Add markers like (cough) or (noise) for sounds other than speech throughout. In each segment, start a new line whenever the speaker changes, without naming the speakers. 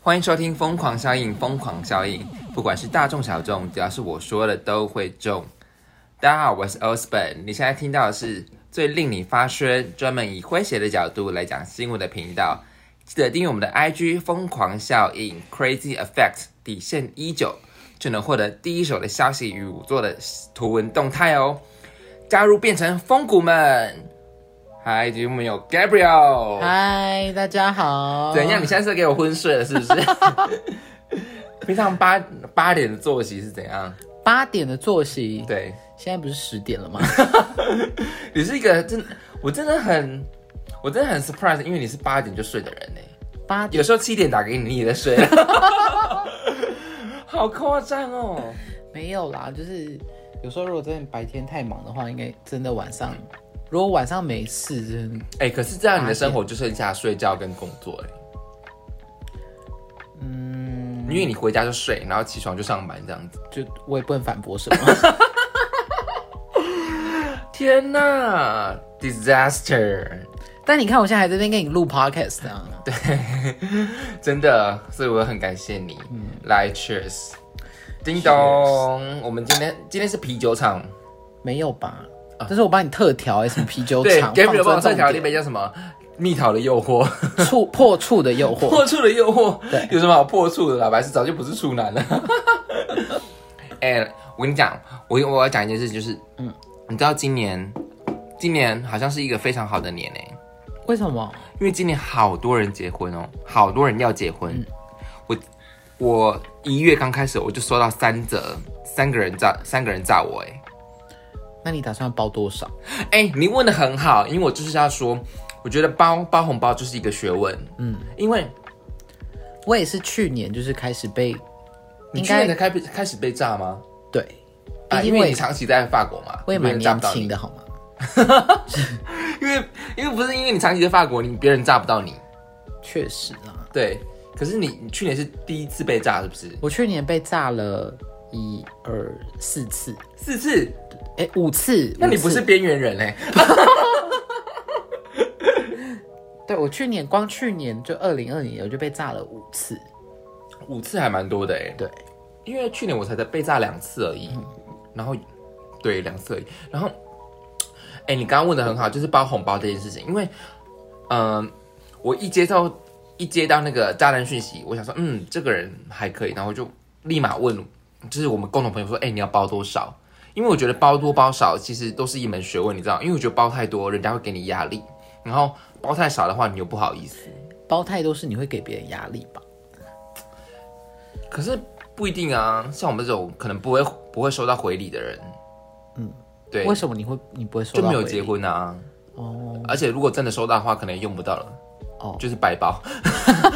欢迎收听《疯狂效应》，疯狂效应，不管是大众小众，只要是我说的都会中。大家好，我是 Osborn，你现在听到的是最令你发声，专门以诙谐的角度来讲新闻的频道。记得订阅我们的 IG“ 疯狂效应 ”（Crazy Effect） 底线一九，就能获得第一手的消息与我做的图文动态哦。加入变成风骨们，嗨，节目有 Gabriel，
嗨，大家好。
怎样？你？现在是给我昏睡了是不是？ (laughs) 平常八八点的作息是怎样？
八点的作息，
对，
现在不是十
(laughs)
点了吗？
你是一个真，我真的很，我真的很 surprise，因为你是八点就睡的人呢、
八点
有时候七点打给你，你也在睡了， (laughs) 好夸张哦！
没有啦，就是有时候如果真的白天太忙的话，应该真的晚上。如果晚上没事，真的
哎、可是这样你的生活就剩下睡觉跟工作哎、嗯，因为你回家就睡，然后起床就上班这样子。
就我也不能反驳什么。
(laughs) 天哪，disaster！
但你看我现在还在那边跟你录 podcast 啊，对，
真的，所以我很感谢你。来，Cheers！叮咚，我们今天今天是啤酒厂，
没有吧？但是我帮你特调哎、什么啤酒
啊对
厂，
，Gabriel 帮我
放
特
重
调那
点
杯叫什么？蜜桃的诱惑，
醋破处的诱惑。
(laughs) 破处的诱惑，
对
有什么好破处的啦？白痴早就不是处男 (laughs) 了。哎、我跟你讲，我我要讲一件事，就是，嗯
嗯，
你知道今年，今年好像是一个非常好的年哎、
为什么？
因为今年好多人结婚哦，好多人要结婚。我我一月刚开始我就收到三则，三个人炸，三个人炸我哎、
那你打算包多少？
哎、你问的很好，因为我就是要说，我觉得包包红包就是一个学问，嗯，因为
我也是去年就是开始被，
你
应
去年
该
才开被开始被炸吗？
对，
啊，
毕
因
竟我
为你
也
长期在法国嘛，
我也蛮
别人炸
年
不到
轻
你，
的好吗？
因为因为不是因为你长期在法国，你别人炸不到你，
确实啊。
对。可是你你去年是第一次被炸，是不是？
我去年被炸了一二四次，
四次，
哎、五次。
那你
五次
不是边缘人欸嘞、
对我去年光去年就二零二零，我就被炸了五次。
五次还蛮多的哎、
对，
因为去年我才在被炸两次而已，然后对两次而已，然后，哎、你刚刚问的很好，就是包红包这件事情，因为，嗯、我一接到一接到那个炸弹讯息，我想说，嗯，这个人还可以，然后我就立马问，就是我们共同朋友说，哎、你要包多少？因为我觉得包多包少其实都是一门学问，你知道吗，因为我觉得包太多，人家会给你压力，然后包太少的话，你又不好意思。
包太多是你会给别人压力吧？
可是不一定啊，像我们这种可能不会不会收到回礼的人，嗯，对
为，什么你会你不会收
就
到？
没有结。婚啊。
哦
而且如果真的收到的话，可能也用不到了，
哦
就是白包。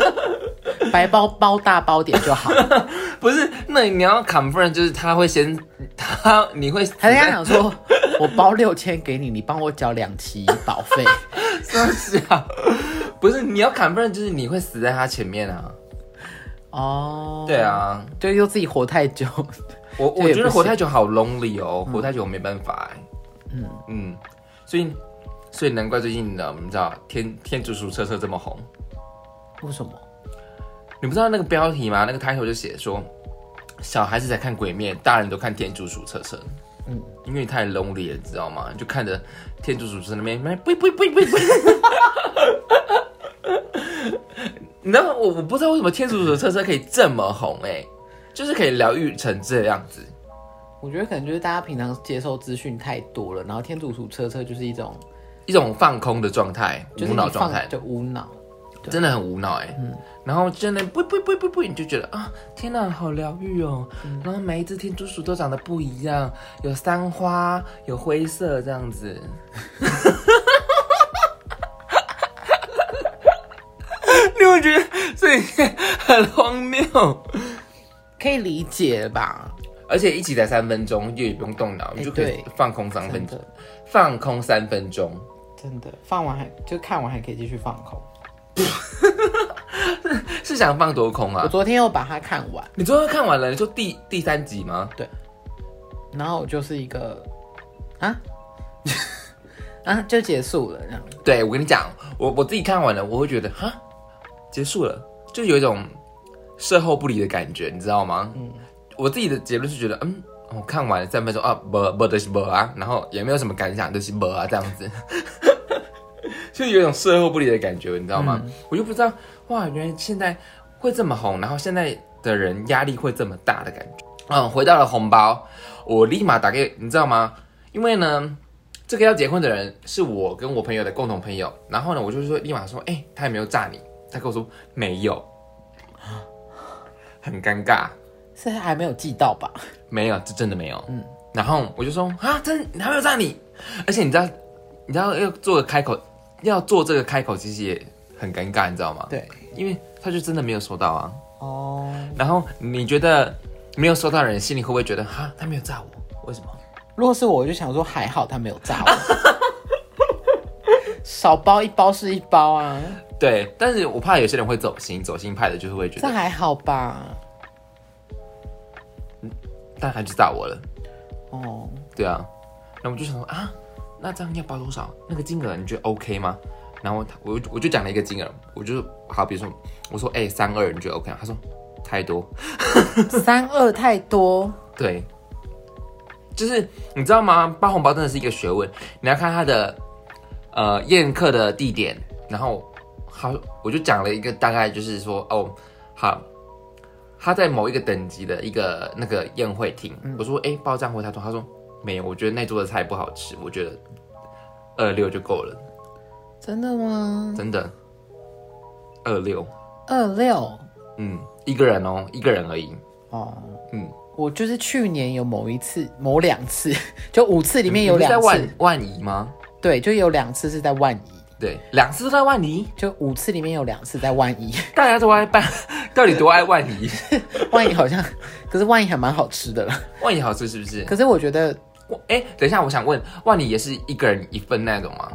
(laughs)
白包 (laughs) 包大包点就好。
(laughs) 不是，那你要 confirm，就是他会先他你会
他在
(laughs)
想说，我包六千给你，你帮我缴两期保费。
死啊？不是，你要 confirm，就是你会死在他前面啊。
哦，
对，啊，
对，又自己活太久。 (laughs)
我
这也
我觉得
不嗯
活太久好 lonely 哦，活太久我没办法哎、嗯嗯，所以所以难怪最近呢，你知道天天竺鼠车车这么红。
为什么？
你不知道那个标题吗？那个 title 就写说，小孩子在看鬼灭，大人都看天竺鼠车车。嗯
嗯，
因为你太 lonely 了，你知道吗？你就看着天竺鼠车那边，不不不不 (laughs) 不。你知道我我不知道为什么天竺鼠车车可以这么红哎、就是可以疗愈成这样子。
我觉得可能就是大家平常接受资讯太多了，然后天竺鼠车车就是一种，
一种放空的状态，
就是
无
你
脑状
放
态，
就无脑。
真的很无脑哎、然后真的不不不不不，你就觉得啊，天哪，好疗愈哦。然后每一只天竺鼠都长得不一样，有三花，有灰色这样子。 (laughs) 你会觉得这一切很荒谬，
可以理解吧？
而且一起才三分钟，就也不用动脑，你就可以
对
放空哎三分钟，
真的，
放空三分钟。
真的，放完还就看完还可以继续放空。
是想放多空
我
啊？
昨天又把它看完，
你昨天看完了，你说第第三集吗？
然后我就是一个啊 (laughs) 啊就结束了这样。
对我跟你讲，我我自己看完了，我会觉得哈，结束了，就有一种售后不理的感觉，你知道吗？我自己的结论是觉得，嗯，我看完了三分钟啊，不不的是不啊，然后也没有什么感想，就是不啊这样子， (laughs) 就有一种售后不理的感觉，你知道吗？我就不知道，哇，原来现在会这么红，然后现在的人压力会这么大的感觉。嗯，回到了红包，我立马打给你知道吗？因为呢，这个要结婚的人是我跟我朋友的共同朋友，然后呢，我就说立马说，哎、他有没有炸你？他跟我说没有，很尴尬。
是还没有寄到吧？
没有，这真的没有。嗯，然后我就说啊，真的还没有炸你，而且你知道，你知道要做个开口，要做这个开口其实也很尴尬，你知道吗？，
对，
因为他就真的没有收到啊。
哦，
然后你觉得没有收到的人心里会不会觉得哈，他没有炸我，为什么？
如果是我，我就想说还好他没有炸我， (laughs) 少包一包是一包啊，
对，但是我怕有些人会走心，走心派的就是会觉
这
得，
还好吧？
但他就炸我了，
哦，
对啊。然后我就想说啊，那这样要包多少？那个金额你觉得 OK 吗？然后他我就我就讲了一个金额，我就好，比如说我说哎三二，你觉得 OK 吗？他说太多，
三二太多，
对，就是你知道吗？包红包真的是一个学问，你要看他的呃宴客的地点，然后好，我就讲了一个大概，就是说哦，好，他在某一个等级的一个那个宴会厅，
嗯
我说哎、包这样回他说，他说没有，我觉得那桌的菜不好吃，我觉得二六就够了，
真的吗？
真的，二六，
二六
嗯，一个人哦，一个人而已，
哦，
嗯，
我就是去年有某一次、某两次， (laughs) 就五次里面有
嗯你不是
两
在
次，
万万怡吗？
对，就有两次是在万怡，
对，两次都在万怡。
就五次里面有两次在万怡，
大家都爱办， (laughs) 到底多爱万怡？
(laughs) 万怡好像，可是万怡还蛮好吃的了。
万怡好吃是不是？
可是我觉得
我哎、等一下，我想问，万怡也是一个人一份那种吗？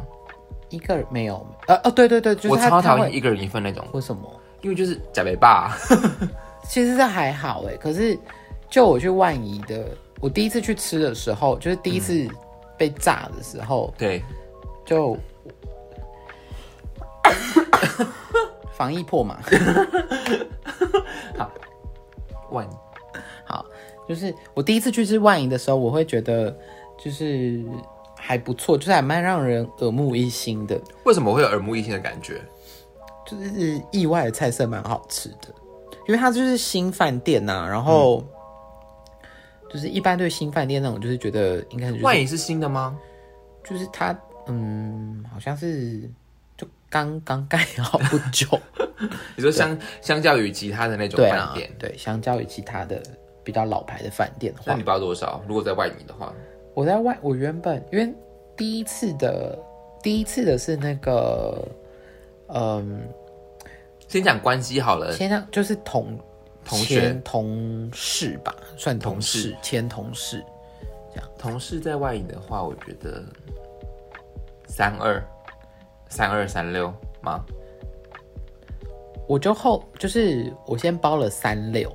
一个人没有，呃哦，对对对，就是
我
他
超
他
讨
会
厌一个人一份那种，
为什么？
因为就是假北霸、
其实这还好哎，可是就我去万怡的，我第一次去吃的时候，就是第一次
嗯
被炸的时候，
对，
就 (coughs) 防疫破嘛，
万怡
好，就是我第一次去吃万怡的时候，我会觉得就是还不错，就是还蛮让人耳目一新的，
为什么会有耳目一新的感觉？
就是意外的菜色蛮好吃的，因为它就是新饭店呐、然后、就是一般对新饭店那种，就是觉得应该就是
万怡是新的吗？
就是它，嗯，好像是就刚刚盖好不久，
你说相相较于其他的那种
对
饭
啊
店，，
对，相较于其他的比较老牌的饭店的
那
话
你，包多少？如果在万怡的话，
我在外，我原本因为第一次的第一次的是那个，嗯，
先讲关系好了，
现在就是同
同学
前同事吧，算同事，前同事。
同事在万怡的话，我觉得三二三二三六吗？
我就后就是我先包了三六，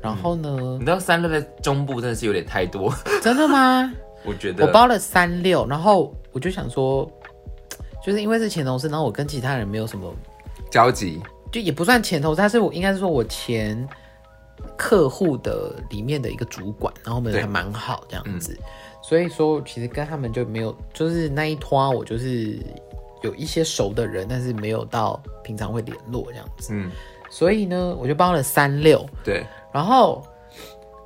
然后呢
你？知道三六在中部真的是有点太多，
真的 (laughs) 吗？
我觉得
我包了三六，然后我就想说，就是因为是前同事，然后我跟其他人没有什么，
交集。
就也不算前同事，他是我应该是说我前客户的里面的一个主管，然后我们
对
还蛮好这样子，所以说其实跟他们就没有，就是那一拖我就是有一些熟的人，但是没有到平常会联络这样子，
嗯，
所以呢，我就包了三六，
对。
然后。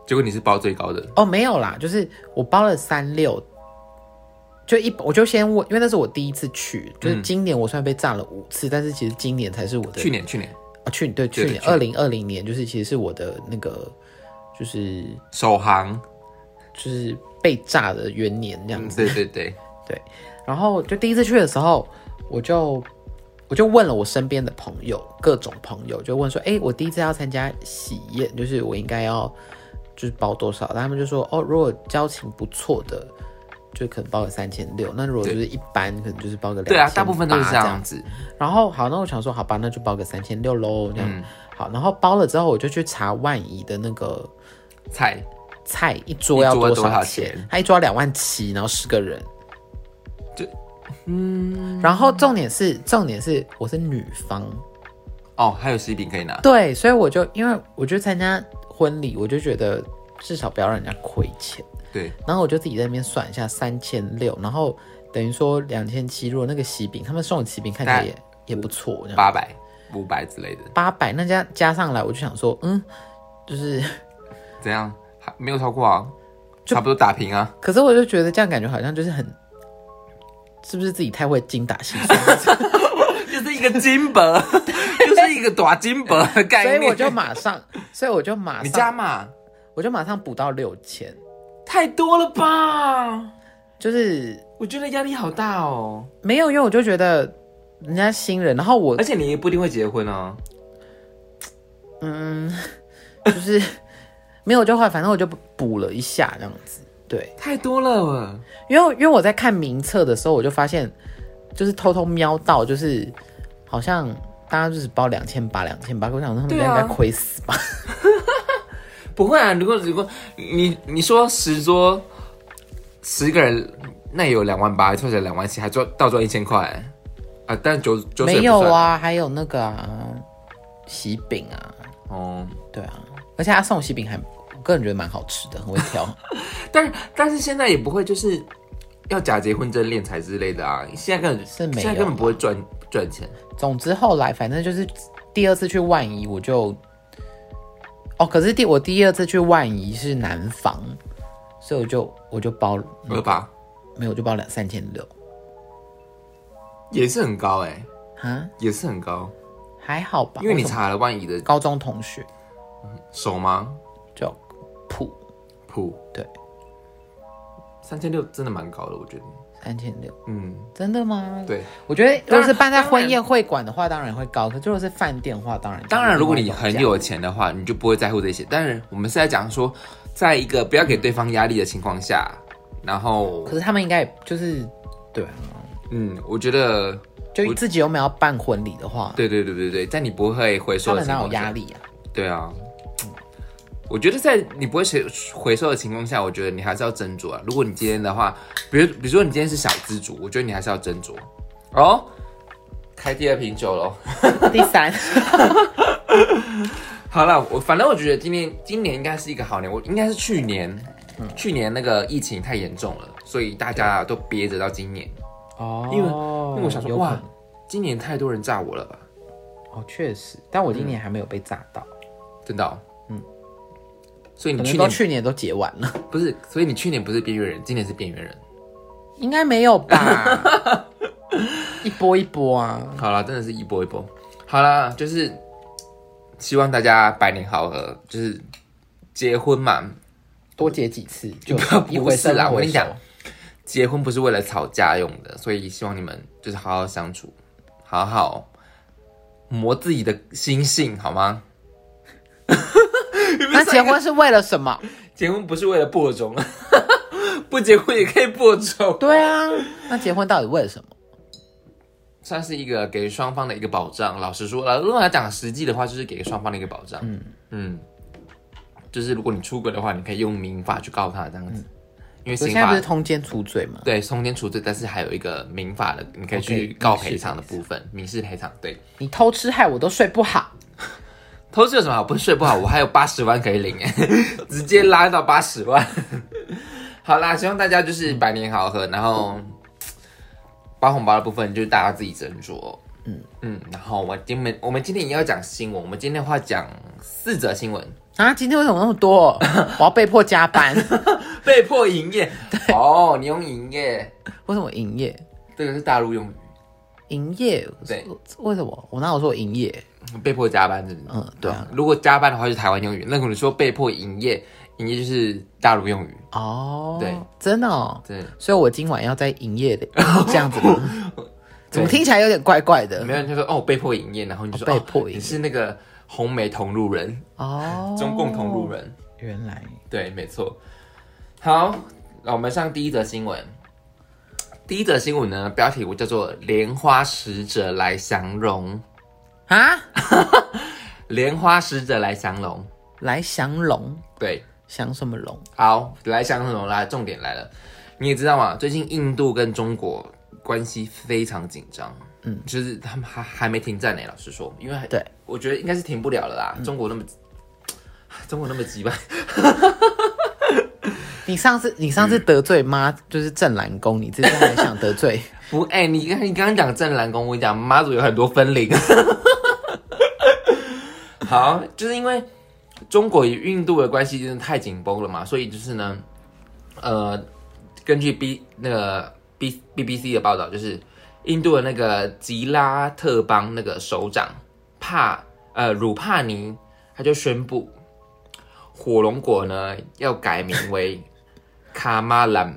结果你是包最高的，
哦，没有啦，就是我包了三六，就一我就先问，因为那是我第一次去，就是今年我虽然被炸了五次，但是其实今年才是我的
去年去年
啊去对去
对
年
去
二零二零年，就是其实是我的那个就是
首航，
就是被炸的元年这样
嗯
子。
对对对，
然后就第一次去的时候，我就我就问了我身边的朋友，各种朋友就问说，哎，我第一次要参加喜宴，就是我应该要就是包多少？他们就说，哦，如果交情不错的，就可能包个三千六，那如果就是一般，可能就是包个
对啊，
2800
大部分都是
这
这样。子，
然后好，那我想说，好吧，那就包个三千六喽，这样、
嗯
好。然后包了之后，我就去查万怡的那个。
菜
菜一桌
一
要
桌
多
多少
钱
钱？
他一桌要两万七，然后十个人。嗯，然后重点是，重点是我是女方，
哦，还有喜饼可以拿。
对，所以我就因为我就参加婚礼，我就觉得至少不要让人家亏钱。
对，
然后我就自己在那边算一下，三千六，然后等于说两千七。如果那个喜饼，他们送的喜饼看起来也也不错，这样
八百、五百之类的，
八百，那加加上来，我就想说，嗯，就是， (laughs)
怎样？还没有超过啊，
就
差不多打平啊。
可是我就觉得这样感觉好像就是很，是不是自己太会精打细算？
就是一个金箔， (laughs) 就是一个短金箔 (laughs) 的 (laughs) 概
所
念。
以我就马上，所以我就马
你
上，
加嘛，
我就马上补到六千，
太多了吧？
就是
我觉得压力好大哦，
没有，因为我就觉得人家新人，然后我
而且你也不一定会结婚哦。
嗯，
哎
就是没有就后来，反正我就补了一下这样子。对，
太多了，
因为因为我在看名册的时候，我就发现就是偷偷瞄到，就是好像大家就是包两千八、两千八，我想说他们
对
应
啊
该亏死吧？
不会啊。如果如果你你说十桌十个人，那也有两万八，或者两万七，还赚倒赚一千块啊。但九九岁也
没
不
有
算，
啊，还有那个啊喜饼啊，
哦。
对啊，而且他送喜饼还我个人觉得蛮好吃的，很会
(laughs)
挑。
但是但是现在也不会就是要假结婚真恋财之类的啊。现在根本
是没有
现在根本不会赚赚钱。
总之后来反正就是第二次去万怡，我就哦，可是第我第二次去万怡是南方，所以我就我就包
二八
没有，我就包两三千六
也是很高哎、
啊，
也是很高，
还好吧？
因为你
我什么
查了万怡的
高中同学
手吗？
就普
谱
对
三千六真的蛮高的，我觉得。
三千六，
嗯，
真的吗？
对。
我觉得如
当
果
然
是办在
当然
婚宴会馆的话，当然会高；可是如果是饭店的话，当然
当然，如果你
就是另
很
外一种价
有钱的话，你就不会在乎这些。但是我们是在讲说，在一个不要给对方压力的情况下，然后
可是他们应该也就是对啊，
嗯，我觉得
就自己又没有要办婚礼的话，
对对对对对，在你不会回
他
收的
们
情
哪有
况
压
下，
力啊？
对啊。我觉得在你不会回回收的情况下，我觉得你还是要斟酌啊。如果你今天的话，比如比如说你今天是小资主，我觉得你还是要斟酌哦。开第二瓶酒喽。
第三。
好了，我反正我觉得今年今年应该是一个好年，我应该是去年，去年那个疫情太严重了，所以大家都憋着到今年。
哦，
因为因为我想说，
有可
哇
能，
今年太多人炸我了吧？
哦，确实，但我今年还没有被炸到，
真的、哦，嗯。所以
可
你
能
去
到
年
去年都结完了，
不是，所以你去年不是边缘人，今年是边缘人。
应该没有吧？ (laughs) 一波一波啊，
好了，真的是一波一波。好了，就是希望大家百年好合，就是结婚嘛，
多结几次就一
不
回
是
生
啦，
二
我跟
回
你
熟
讲，结婚不是为了吵架用的，所以希望你们就是好好相处，好好磨自己的心性，好
(laughs)
吗？
那结婚是为了什么？
结婚不是为了播种， (laughs) 不结婚也可以播种，
对啊，那结婚到底为了什么？
算是一个给双方的一个保障。老实说了，如果要讲实际的话，就是给双方的一个保障。嗯嗯，就是如果你出轨的话，你可以用民法去告他这样子，因为
我
刑
现在
法
不是通奸处罪吗？
对，通奸除罪，但是还有一个民法的，你可以
OK，
去告
民事
赔偿
赔
的部分，民事赔偿。对，
你偷吃害我都睡不好，
偷吃有什么好？不是睡不好，我还有八十万可以领，哎， (laughs) 直接拉到八十万。 (laughs) 好啦，希望大家就是百年好合，然后包红包的部分就是大家自己斟酌。嗯嗯，然后我今天我们今天也要讲新闻，我们今天的话讲四则新闻，
啊，今天为什么那
(laughs)
么多？我要被迫加班， (laughs)
被迫营业。哦，你用营业，
为什么营业？
这个是大陆用语，
营业？
对，
为什么？我哪有说营业？
被迫加班是不是？
嗯，对啊，
哎如果加班的话是台湾用语，那如果你说被迫营业，营业就是大陆用语。
哦，
对，
真的哦，
对，
所以我今晚要在营
(laughs)
业的这样子吗？怎么听起来有点怪怪的？
没有人就说哦被迫营业，然后你就说、
哦被迫营业
哦你是那个红梅同路人，
哦，
中共同路人。
原来
对，没错。好，那我们上第一则新闻。第一则新闻呢，标题我叫做“莲花使者来降龙
啊，”，
莲花使者来降龙。
来降龙，
对，
降什么龙？
好，来降龙啦，重点来了。你也知道嘛，最近印度跟中国关系非常紧张。嗯，就是他们还还没停站呢。老实说，因为还
对，
我觉得应该是停不了了啦。中国那么 (sighs) 中国那么鸡巴，
你上次你上次得罪妈、就是正蓝宫，你这次还想得罪？
(laughs) 不，哎、你刚你刚刚讲正蓝宫，我跟你讲妈祖有很多分灵。 (laughs) 好，就是因为中国与印度的关系真的太紧绷了嘛，所以就是呢，呃，根据 B 那个 B B B C 的报道，就是印度的那个吉拉特邦那个首长帕呃鲁帕尼，他就宣布火龙果呢要改名为卡马兰，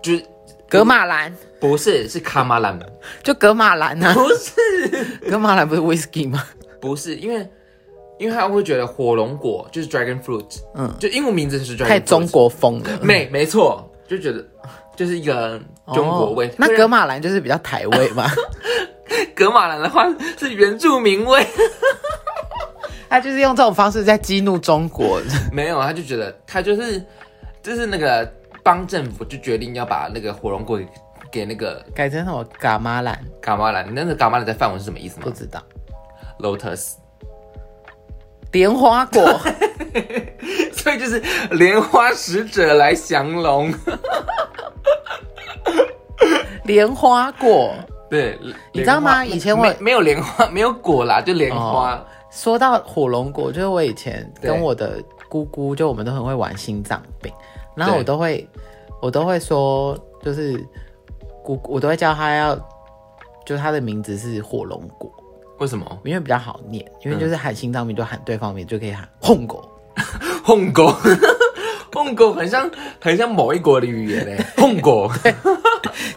就是
格马兰
不是，是卡马兰，
就格马
(laughs)
兰呐、
不是，
格马兰不是 whisky 吗？
不是，因为因为他会觉得火龙果就是 dragon fruit，嗯，就英文名字是 dragon，
太
fruit
中，国风了。
没没错，就觉得就是一个中国味。
哦那格马兰就是比较台味嘛，
格马兰的话是原住民味，
他就是用这种方式在激怒中
(laughs)
国。
没有，他就觉得他就是就是那个帮政府就决定要把那个火龙果给给那个
改成什么嘎马兰？
卡马兰，那个卡马兰在梵文是什么意思
不
吗
知道。
？lotus，
莲花
(laughs)
果，
所以就是莲花使者来降龙，
莲花果。
对，
你知道吗
莲花
以前我哦
没没有莲花， (laughs) 没有果啦，就莲花。
说到火龙果，就是我以前
对
跟我的姑姑，就我们都很会玩心脏病，然后
对
我都会，我都会说，就是姑姑，我都会叫她要，就她的名字是火龙果，
为什么？ (laughs)
因为比较好念，因为
嗯
就是喊心脏病就喊对方名就可以喊红果，
哄 (laughs) 狗，哄狗很像很像某一国的语言嘞、欸哄狗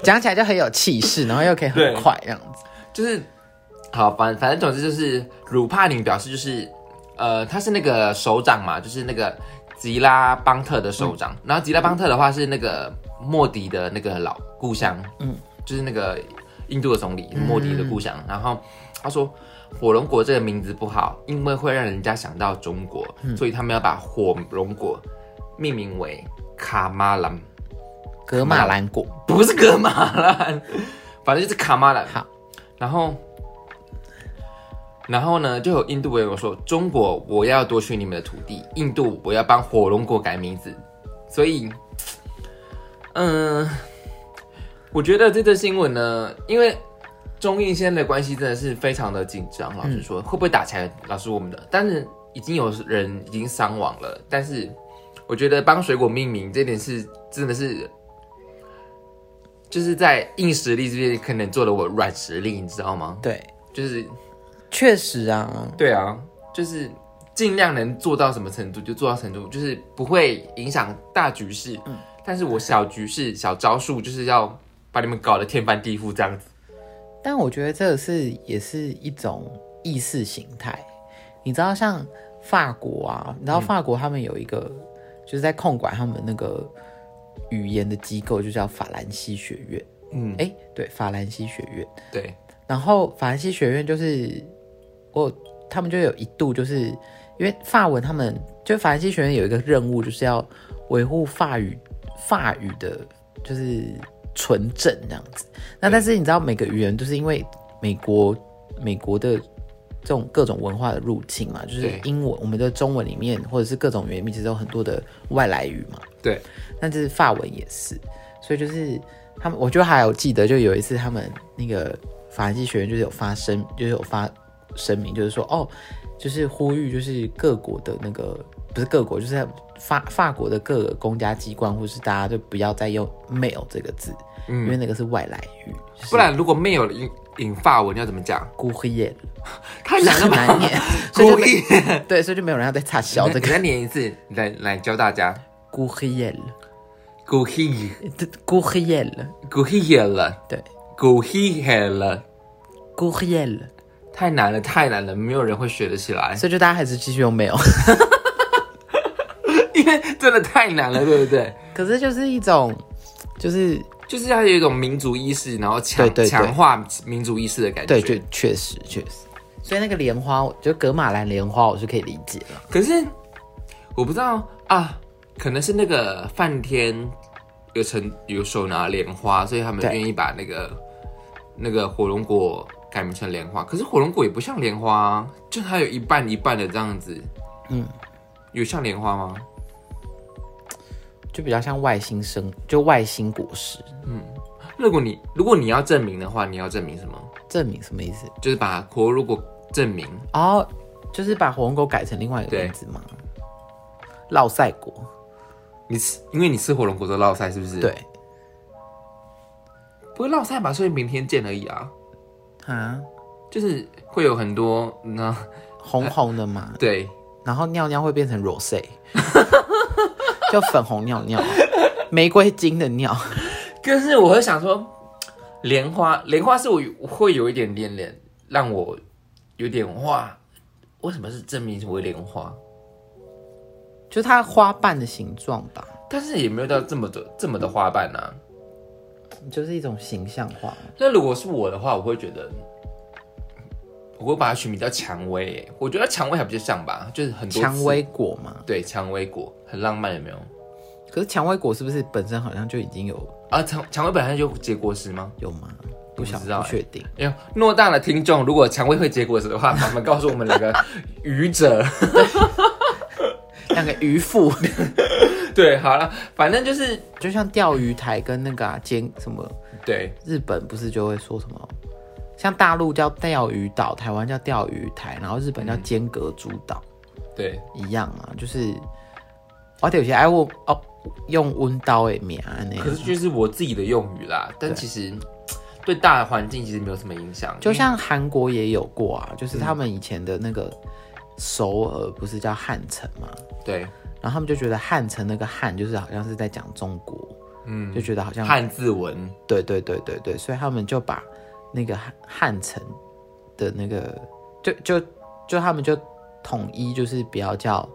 讲起来就很有气势，然后又可以很
对
快这样子。
就是好，反反正总之就是鲁帕宁表示就是呃，他是那个首长嘛，就是那个吉拉邦特的首长。然后吉拉邦特的话是那个莫迪的那个老故乡，嗯，就是那个印度的总理莫迪的故乡。然后他说。火龙果这个名字不好，因为会让人家想到中国，所以他们要把火龙果命名为卡马兰。
格马兰果，
不是格马兰，反正就是卡马兰。
好，
然后，然后呢，就有印度朋友说：“中国我要夺取你们的土地，印度我要帮火龙果改名字。”所以，嗯、我觉得这则新闻呢，因为中印现在的关系真的是非常的紧张。老实说，会不会打起来？老实我们的，但是已经有人已经伤亡了。但是，我觉得帮水果命名这点是真的是。就是在硬实力这边可能做了我软实力，你知道吗？
对，
就是
确实啊，
对啊，就是尽量能做到什么程度就做到程度，就是不会影响大局势。但是我小局势、小招数，就是要把你们搞得天翻地覆这样子。
但我觉得这个是也是一种意识形态。你知道，像法国啊，你知道法国他们有一个、就是在控管他们那个语言的机构，就叫法兰西学院。
嗯，哎
哎、对，法兰西学院。
对，
然后法兰西学院就是我他们就有一度就是因为法文他们就法兰西学院有一个任务就是要维护法语法语的，就是纯正这样子。那但是你知道每个语言就是因为美国美国的。这种各种文化的入侵嘛，就是
对
英文，我们的中文里面或者是各种语言里面其实有很多的外来语嘛。
对，
但是法文也是，所以就是他们，我就还有记得，就有一次他们那个法兰西学院就是有发声，就是有发声明，就是说哦，就是呼吁就是各国的那个不是各国，就是法法国的各个公家机关或是大家就不要再用 mail 这个字，因为那个是外来语，
不然如果没有引引发文，要怎么讲？
孤黑耶
太
就是
难了 (laughs)
很难
吧？
念，所
故嗯
以就没
意， (laughs)
对，所以就没有人要再插小这
你
个
再念一次，你来来教大家。
孤黑耶
故意，
孤黑耶
故意黑了，
对，
故意黑了，
孤黑耶
太难了，太难了，没有人会学得起来。
所以就大家还是继续用 mail。
(laughs) 因为真的太难了，对不对？
可是就是一种，就是
就是要有一种民族意识，然后强
对对对
强化民族意识的感觉。
对，就确实确实。所以那个莲花，我就格马兰莲花，我是可以理解了。
可是我不知道啊，可能是那个梵天有成有手拿莲花，所以他们
对
愿意把那个那个火龙果改名成莲花，可是火龙果也不像莲花、啊，就它有一半一半的这样子。
嗯，
有像莲花吗？
就比较像外星生，就外星果实。
如果你如果你要证明的话，你要证明什么？
证明什么意思？
就是把火龙果证明
哦，就是把火龙果改成另外一个
对
名字吗？落赛果，
你吃，因为你吃火龙果都落腮，是不是？
对，
不会落腮吧？所以明天见而已啊，
啊，
就是会有很多那 (laughs)
红红的嘛，
对
然后尿尿会变成 (laughs) rose，就粉红尿尿，玫瑰金的尿，
可是我会想说，莲花，莲花是我有我会有一点点点让我有点哇，为什么是证明为莲花？
就是它花瓣的形状吧，
但是也没有到这么的这么的花瓣啊。
就是一种形象化。
那如果是我的话，我会觉得，我会把它取名叫蔷薇耶。我觉得蔷薇还比较像吧，就是很多
蔷
刺
薇果嘛，
对蔷薇果很浪漫，有没有？
可是蔷薇果是不是本身好像就已经有
啊，蔷蔷薇本来就结果实吗？
有吗？不
我不
晓
知道
不
欸
确定。 (laughs)
哎呦，偌大的听众，如果蔷薇会结果实的话，麻烦告诉我们
(laughs)
两个愚者。 (laughs)
两个渔夫， (laughs)
对，好了，反正就是
就像钓鱼台跟那个啊监什么
对，
日本不是就会说什么，像大陆叫钓鱼岛，台湾叫钓鱼台，然后日
嗯
本叫间隔诸岛，
对，
一样啊，就是，而且有些爱我哦用温刀诶名啊那
可是
样，
就是我自己的用语啦，但其实对大的环境其实没有什么影响，
就
因为
像韩国也有过啊，
嗯
就是他们以前的那个首尔不是叫汉城嘛，
对，
然后他们就觉得汉城那个汉就是好像是在讲中国，
嗯，
就觉得好像
汉字文，
对对对对对，所以他们就把那个汉汉城的那个，就就就他们就统一，就是不要叫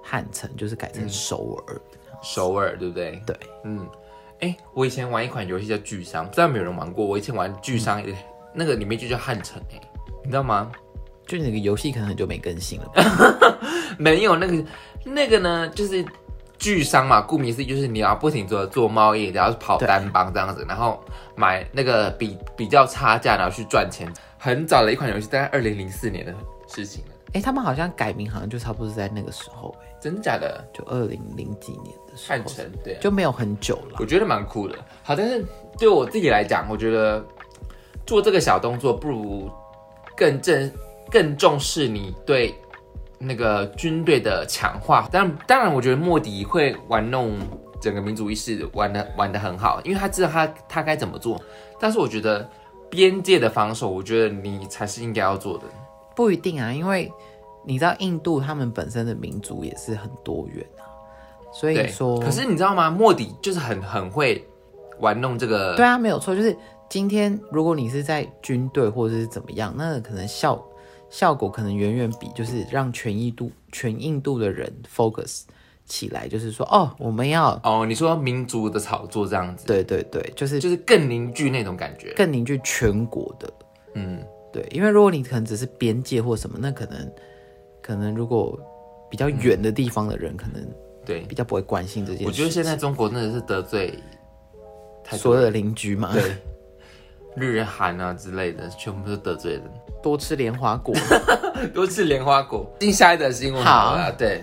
汉城，就是改
嗯
成首尔。
首尔，对不对？
对，
嗯，哎、我以前玩一款游戏叫巨商，不知道有没有人玩过？我以前玩巨商，
嗯
那个里面就叫汉城、哎，你知道吗？
就那个游戏可能很久没更新了吧，
没有那个那个呢，就是巨商嘛，顾名思义就是你要不停做做贸易，然后跑单帮这样子，然后买那个比比较差价，然后去赚钱。很早的一款游戏，大概二零零四年的事情了，
哎、他们好像改名，好像就差不多是在那个时候、哎，
真的假的？
就二零零几年的时
汉
候，
城对啊、
就没有很久了
我。觉得蛮酷的。好，但是对我自己来讲，我觉得做这个小动作，不如更正、更重视你对那个军队的强化。但当然，我觉得莫迪会玩弄整个民族意识，玩的玩的很好，因为他知道他他该怎么做。但是我觉得边界的防守，我觉得你才是应该要做的。
不一定啊，因为你知道印度他们本身的民族也是很多元啊，所以
对，
说，
可是你知道吗？莫迪就是很很会玩弄这个。
对啊，没有错，就是今天如果你是在军队或者是怎么样，那可能效效果可能远远比就是让全印度全印度的人 focus 起来，就是说哦，我们要
哦，你说民族的炒作这样子。
对对对，就是
就是更凝聚那种感觉。
更凝聚全国的
嗯，
对，因为如果你可能只是边界或什么，那可能可能如果比较远的地方的人，可能
对
比，较不会关心这件事。
我觉得现在中国真的是得罪太
所
多
有
人
的邻居嘛，
对 (laughs) 日韩啊之类的，全部都得罪 (laughs) 人。
多吃莲花果。 (laughs)
多次莲花果。进下一则新闻好了，对，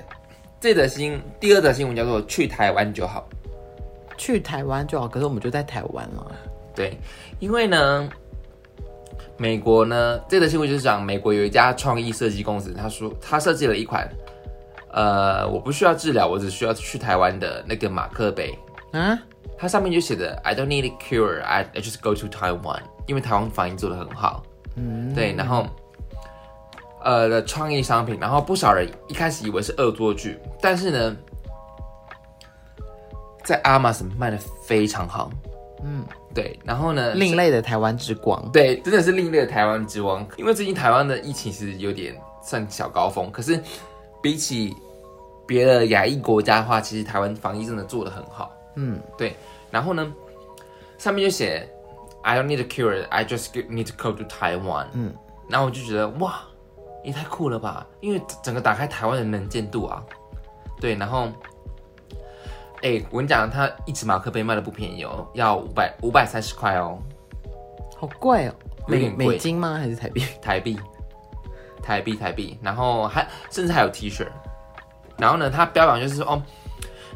这则新第二则新闻叫做“去台湾就好
去台湾就好，可是我们就在台湾了。”。
对，因为呢，美国呢，这则新闻就是讲美国有一家创意设计公司，他说他设计了一款。呃，我不需要治疗，我只需要去台湾的那个马克杯，
啊，
它上面就写的 "I don't need a cure, I I just go to Taiwan"，因为台湾防疫做的很好，
嗯，
对，然后呃的创意商品，然后不少人一开始以为是恶作剧，但是呢，在 Amazon 卖的非常好，
嗯，
对，然后呢，
另类的台湾之光。
对，真的是另类的台湾之光。因为最近台湾的疫情其实有点算小高峰，可是比起别的亚裔国家的话，其实台湾防疫真的做得很好。
嗯，
对。然后呢，上面就写 "I don't need a cure, I just need to go to Taiwan"。
嗯
嗯，然后我就觉得哇，也太酷了吧！因为整个打开台湾的能见度啊，对，然后。哎、我跟你讲，它一支马克杯卖的不便宜哦，要五百五百三十块哦。
好贵哦，
有
美
点贵
美金吗？还是
(laughs)
台币？
台币，台币，台币，然后还甚至还有 T 恤，然后呢，它标榜就是说哦，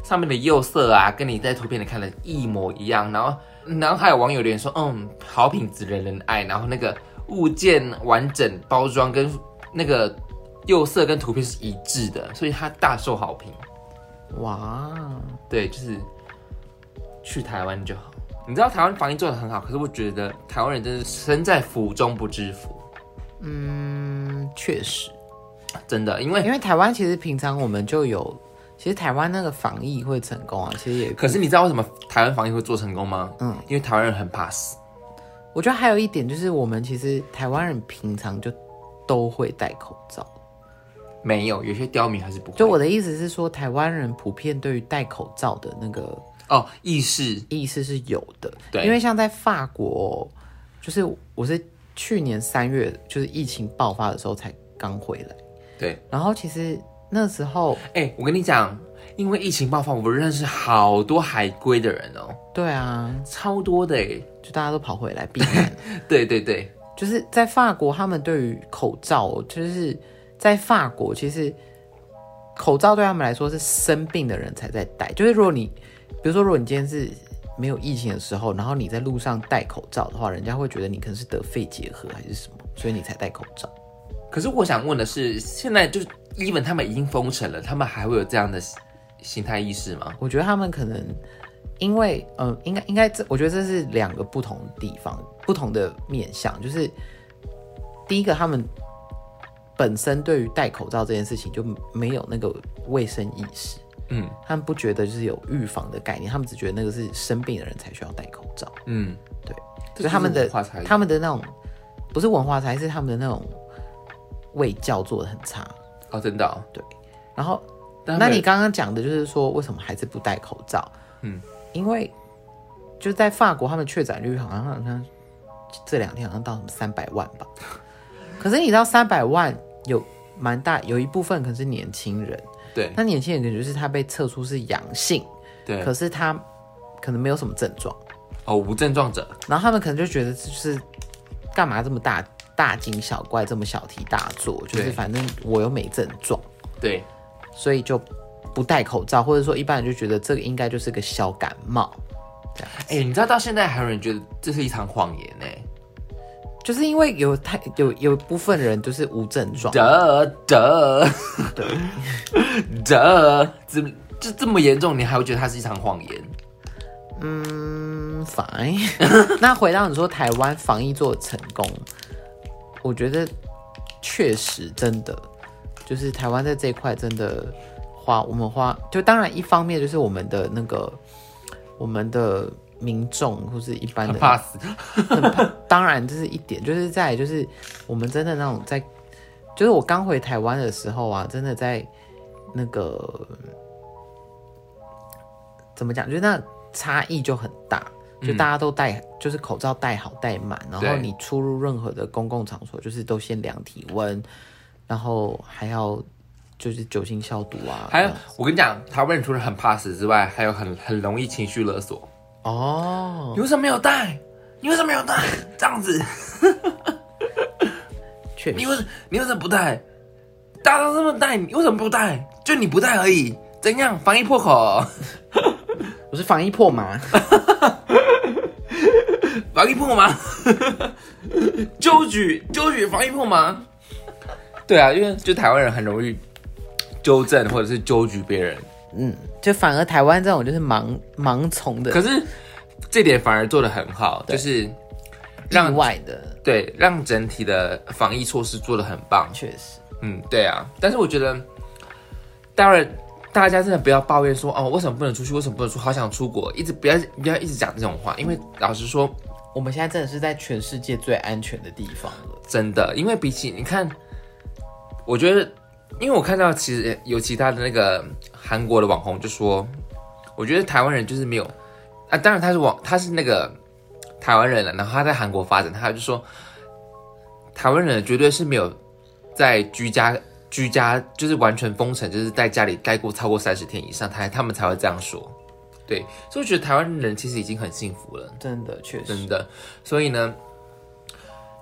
上面的釉色啊，跟你在图片里看的一模一样，然后然后还有网友留言说，嗯，好品质人人爱，然后那个物件完整包装跟那个釉色跟图片是一致的，所以它大受好评。
哇，
对，就是去台湾就好。你知道台湾防疫做的很好，可是我觉得台湾人真是身在福中不知福，
嗯，确实，
真的，因为
因为台湾其实平常我们就有，其实台湾那个防疫会成功啊，其实也
可是你知道为什么台湾防疫会做成功吗？嗯，因为台湾人很怕死。
我觉得还有一点就是，我们其实台湾人平常就都会戴口罩。
没有，有些刁民还是不会。
就我的意思是说，台湾人普遍对于戴口罩的那个
哦，意识
意识是有的。
对
因为像在法国，就是我是去年三月，就是疫情爆发的时候才刚回来，
对。
然后其实那时候，
哎、我跟你讲，因为疫情爆发，我认识好多海归的人哦，
对啊，
超多的哎。
就大家都跑回来避难。
(laughs) 对对对，
就是在法国，他们对于口罩，就是在法国，其实口罩对他们来说是生病的人才在戴。就是如果你，比如说，如果你今天是没有疫情的时候，然后你在路上戴口罩的话，人家会觉得你可能是得肺结核还是什么，所以你才戴口罩。
可是我想问的是，现在就是 even 他们已经封城了，他们还会有这样的心态意识吗？
我觉得他们可能因为，嗯、应该应该这，我觉得这是两个不同的地方，不同的面向。就是第一个，他们本身对于戴口罩这件事情就没有那个卫生意识，
嗯
他们不觉得就是有预防的概念，他们只觉得那个是生病的人才需要戴口罩，
嗯，
对，
这
所以他们的
文化差异
他们的那种不是文化差异，是他们的那种卫教做的很差。
哦，真的、哦。
然后
但他
那
们
你刚刚讲的就是说，为什么还是不戴口罩？
嗯，
因为就在法国，他们确诊率好像好像这两天好像到什么三百万
(laughs)
吧。可是你知道三百万有蛮大，有一部分可能是年轻人。
对
那年轻人可能就是他被测出是阳性，
对
可是他可能没有什么症状，
哦，无症状者
然后他们可能就觉得就是干嘛这么大大惊小怪，这么小题大做，就是
对
反正我又没症状。
对
所以就不戴口罩，或者说一般人就觉得这个应该就是个小感冒，
哎、你知道到现在还有人觉得这是一场谎言呢、
就是因为有太有有部分人就是无症状，
得得 (laughs) 得，怎么就这么严重？你还会觉得它是一场谎言？
嗯，fine。那 (laughs) 回到你说台湾防疫做得成功，我觉得确实真的就是台湾在这一块真的花我们花，就当然一方面就是我们的那个我们的民众或是一般
很
的
怕死，
很怕， (laughs) 当然这是一点，就是在于就是我们真的那种在，就是我刚回台湾的时候啊，真的在那个怎么讲，就是那差异就很大，就大家都戴、就是口罩戴好戴满，然后
对
你出入任何的公共场所，就是都先量体温，然后还要就是酒精消毒啊，
还有我跟你讲，台湾人除了很怕死之外，还有很很容易情绪勒索。
哦，
你为什么没有带？你为什么没有带？这样子，
确
你
实
为你为什么不带？大家都这么带，你为什么不带？就你不带而已，怎样？防疫破口，
我是防疫破嘛，
防疫破吗？ (laughs) 纠举纠举防疫破吗？对啊，因为就台湾人很容易纠正或者是纠举别人。
(laughs) 嗯，就反而台湾这种就是盲盲从的
可是这点反而做得很好，就是
意
让
外的，
对让整体的防疫措施做得很棒。
确实，
嗯，对啊，但是我觉得，当然大家真的不要抱怨说哦，为什么不能出去？为什么不能出？好想出国，一直不要不要一直讲这种话，因为老实说，
我们现在真的是在全世界最安全的地方了。
真的，因为比起你看，我觉得，因为我看到其实有其他的那个韩国的网红就说，我觉得台湾人就是没有啊，当然他是网他是那个台湾人了，然后他在韩国发展，他就说台湾人绝对是没有在居家居家就是完全封城，就是在家里待过超过三十天以上，他他们才会这样说。对，所以我觉得台湾人其实已经很幸福了。
真的，确实
真的。所以呢，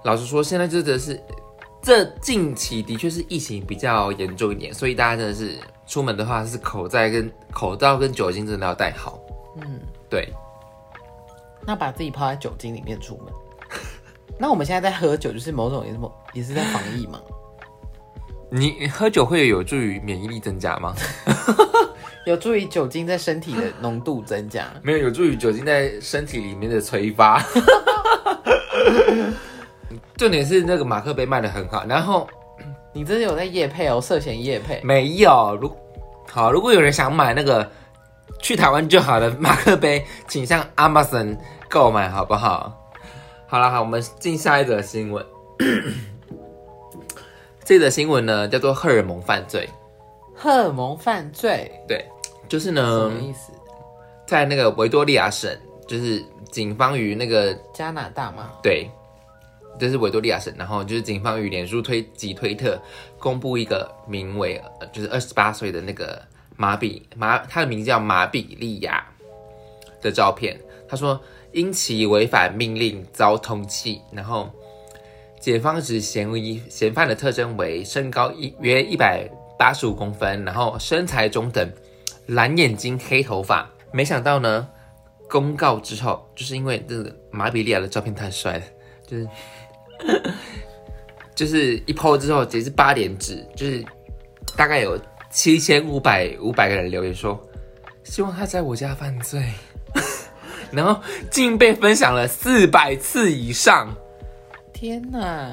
老实说，现在真的是这近期的确是疫情比较严重一点，所以大家真的是出门的话是口罩跟口罩跟酒精真的要戴好。嗯，对，
那把自己泡在酒精里面出门。 (laughs) 那我们现在在喝酒，就是某种也是某也是在防疫嘛， (laughs)
你喝酒会有助于免疫力增加吗？
有助于酒精在身体的浓度增加。
(laughs) 没有，有助于酒精在身体里面的催发。 (laughs) 重点是那个马克杯卖的很好，然后
你真的有在夜配哦，涉嫌夜配。
没有，如好，如果有人想买那个去台湾就好的马克杯，请向 Amazon 购买，好不好？好了，好，我们进下一则新闻。 (clears throat) 这则新闻呢，叫做荷尔蒙犯罪。
荷尔蒙犯罪
对，就是
什
呢
么，意思？
在那个维多利亚省，就是警方与那个
加拿大嘛，
对，这是维多利亚省，然后就是警方与脸书推及推特公布一个名为呃就是二十八岁的那个马比马，他的名字叫马比利亚的照片。他说因其违反命令遭通缉，然后检方指嫌疑嫌犯的特征为身高一约一百八十五公分，然后身材中等，蓝眼睛黑头发。没想到呢，公告之后，就是因为这个马比利亚的照片太帅了，就是就是一 PO 之后，截至八点止，就是大概有七千五百五百个人留言说，希望他在我家犯罪， (laughs) 然后竟被分享了四百次以上。
天哪，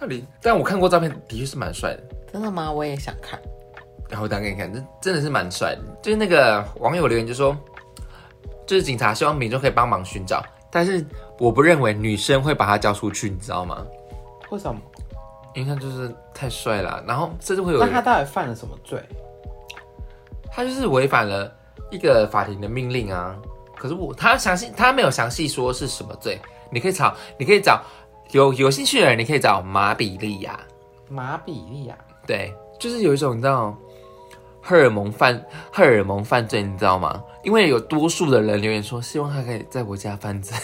到底？但我看过照片，的确是蛮帅的。
真的吗？我也想看。
然后我打给你看，这真的是蛮帅的。就是那个网友留言就说，就是警察希望民众可以帮忙寻找，但是我不认为女生会把他交出去，你知道吗？
为什么？
因为他就是太帅了，啊然后甚至会有
那他
人，
到底犯了什么罪？
他就是违反了一个法庭的命令啊。可是我他详细他没有详细说是什么罪，你可以找你可以找有有兴趣的人，你可以找马比利亚，
马比利亚，
对，就是有一种你知道荷尔蒙犯荷尔蒙犯罪，你知道吗？因为有多数的人留言说，希望他可以在我家犯
(laughs)
罪。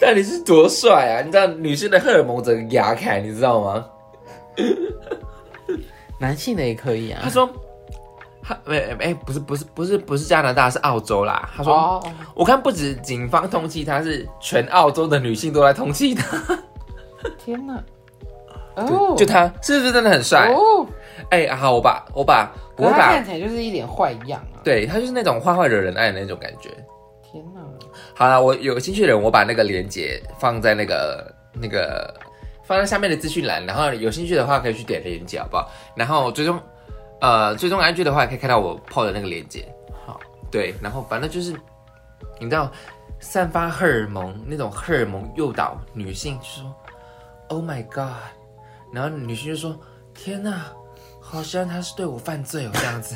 到底是多帅啊！你知道女生的荷尔蒙整个牙开，你知道吗？
男性的也可以啊。
他说，他没哎、不是不是不是不是加拿大，是澳洲啦。他说，
哦，
我看不止警方通缉他，是全澳洲的女性都在通缉他。
天哪，哦，
就他是不是真的很帅？
哦，
哎、好，我把我把
可
我
是他
把
看起来就是一脸坏样啊。
对他就是那种坏坏惹人爱的那种感觉。
天哪，
好了，我有兴趣的人，我把那个链接放在那个那个放在下面的资讯栏，然后有兴趣的话可以去点链接，好不好？然后最终呃最终 IG 的话，也可以看到我 PO 的那个链接。
好，
对，然后反正就是你知道散发荷尔蒙那种荷尔蒙诱导女性，就说 “Oh my God”，然后女性就说“天哪、好像他是对我犯罪哦”这样子。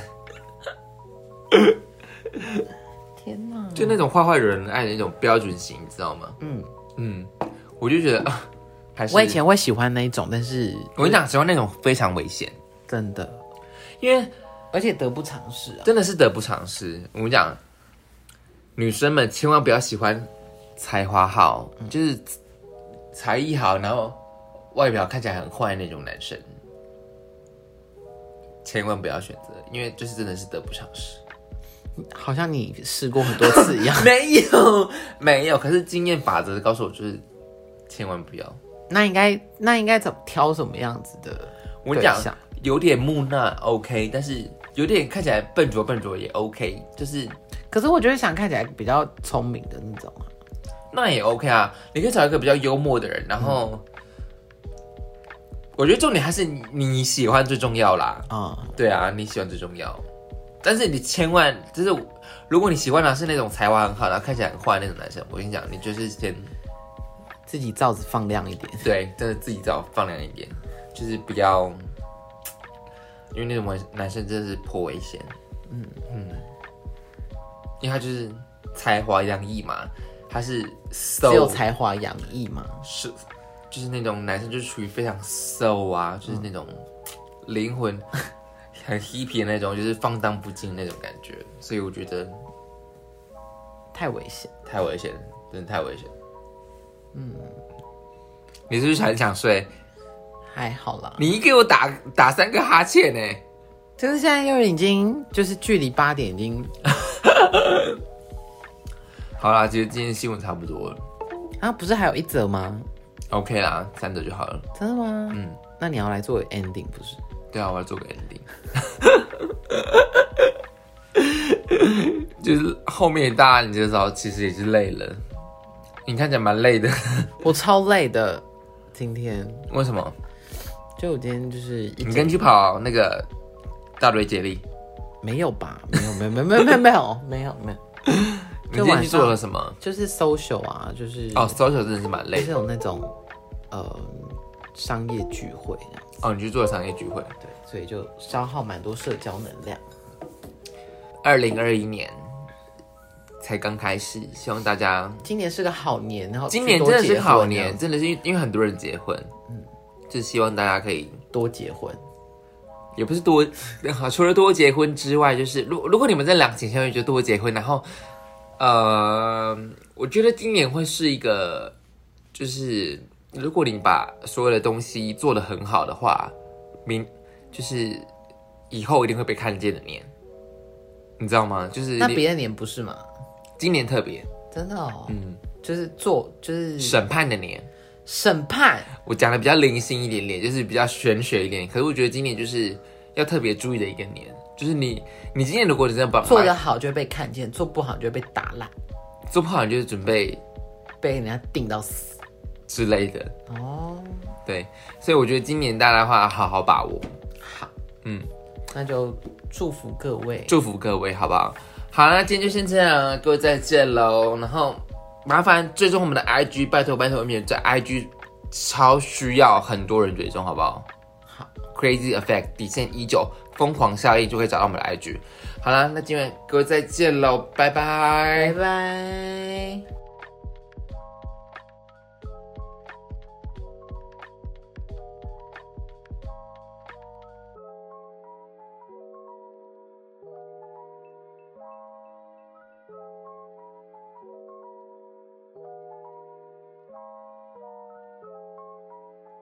天哪，
就那种坏坏惹人爱的那种标准型，你知道吗？
嗯，
嗯，我就觉得啊，还是
我以前会喜欢那一种，但是
我跟你讲，喜欢那种非常危险，
真的，
因为
而且得不偿失啊。
真的是得不偿失。我跟你讲，女生们千万不要喜欢才华好，就是才艺好，然后外表看起来很坏那种男生，千万不要选择，因为就是真的是得不偿失。 (laughs)
好像你试过很多次一样。
没有，没有，可是经验法则告诉我，就是千万不要。
那应该那应该怎么挑什么样子的？
我跟你讲
对象，
有点木讷 OK，但是有点看起来笨拙笨拙也 OK，就是
可是我就是想看起来比较聪明的那种啊。
那也 OK 啊。你可以找一个比较幽默的人，然后、我觉得重点还是你你喜欢最重要啦。
啊、
对啊，你喜欢最重要，但是你千万就是如果你喜欢的啊是那种才华很好，然后看起来很坏那种男生，我跟你讲，你就是先
自己罩子放亮一点。
对，真的自己找放亮一点，就是不要，因为那种男生真的是颇危险。嗯嗯，因为他就是才华洋溢嘛，他是 so
只有才华洋溢嘛，
是，就是那种男生就是属于非常 so 啊，就是那种灵魂
嗯
(laughs) 很 hippy 的那种，就是放荡不羁的那种感觉，所以我觉得
太危险。
太危险了，真的太危险了。
嗯
你是不是很想睡？
还好啦。
你一给我打打三个哈欠呢、
就是现在又已经就是距离八点已经
好啦，其实今天新闻差不多了
啊，不是还有一则吗？
，OK 啦，三折就好了。
真的吗？嗯，那你要来做 ending 不是？
对啊，我要做个 ending。就是后面大家你就知道，其实也是累了。你看起来蛮累的， (laughs)
我超累的，今天
为什么？
就我今天就是一
你
整
跟去跑那个大腿接力，
没有吧？没有没有没有没有没有没有 (laughs) 没有没有，
你今天去做了什么？
就是 social 啊，就是
哦，social 真的是蛮
就
累
是
的。
有那种呃商业聚会这样，
哦，你去做商业聚会。
对，所以就消耗蛮多社交能量。
二零二一年才刚开始，希望大家
今年是个好年，然后
今年
去
真
多
的是
结婚
好年，，真的是因为因为很多人结婚，嗯就希望大家可以
多结婚。
也不是多， (laughs) 除了多结婚之外，就是如如果你们在两情相悦就多结婚，然后，呃，我觉得今年会是一个，就是如果你把所有的东西做得很好的话，明就是以后一定会被看见的年，你知道吗？就是
那
你
别的年不是吗？
今年特别
真的哦，嗯，就是做就是
审判的年，
审判，
我讲的比较零星一点点，就是比较玄学一点，可是我觉得今年就是要特别注意的一个年，就是你你今年如果你真的把
做得好就会被看见，做不好就会被打烂，
做不好你就是准备
被人家定到死。
之类的，
哦，
对，所以我觉得今年大家的话好好把握，
那就祝福各位，
祝福各位，好不好？好啦，那今天就先这样了，各位再见喽。然后麻烦追踪我们的 IG，拜托拜托，我们也在 IG 超需要很多人追踪，好不好？
好
，Crazy Effect 底线一九疯狂效应就可以找到我们的 IG。好啦，那今晚各位再见喽，拜拜
拜拜。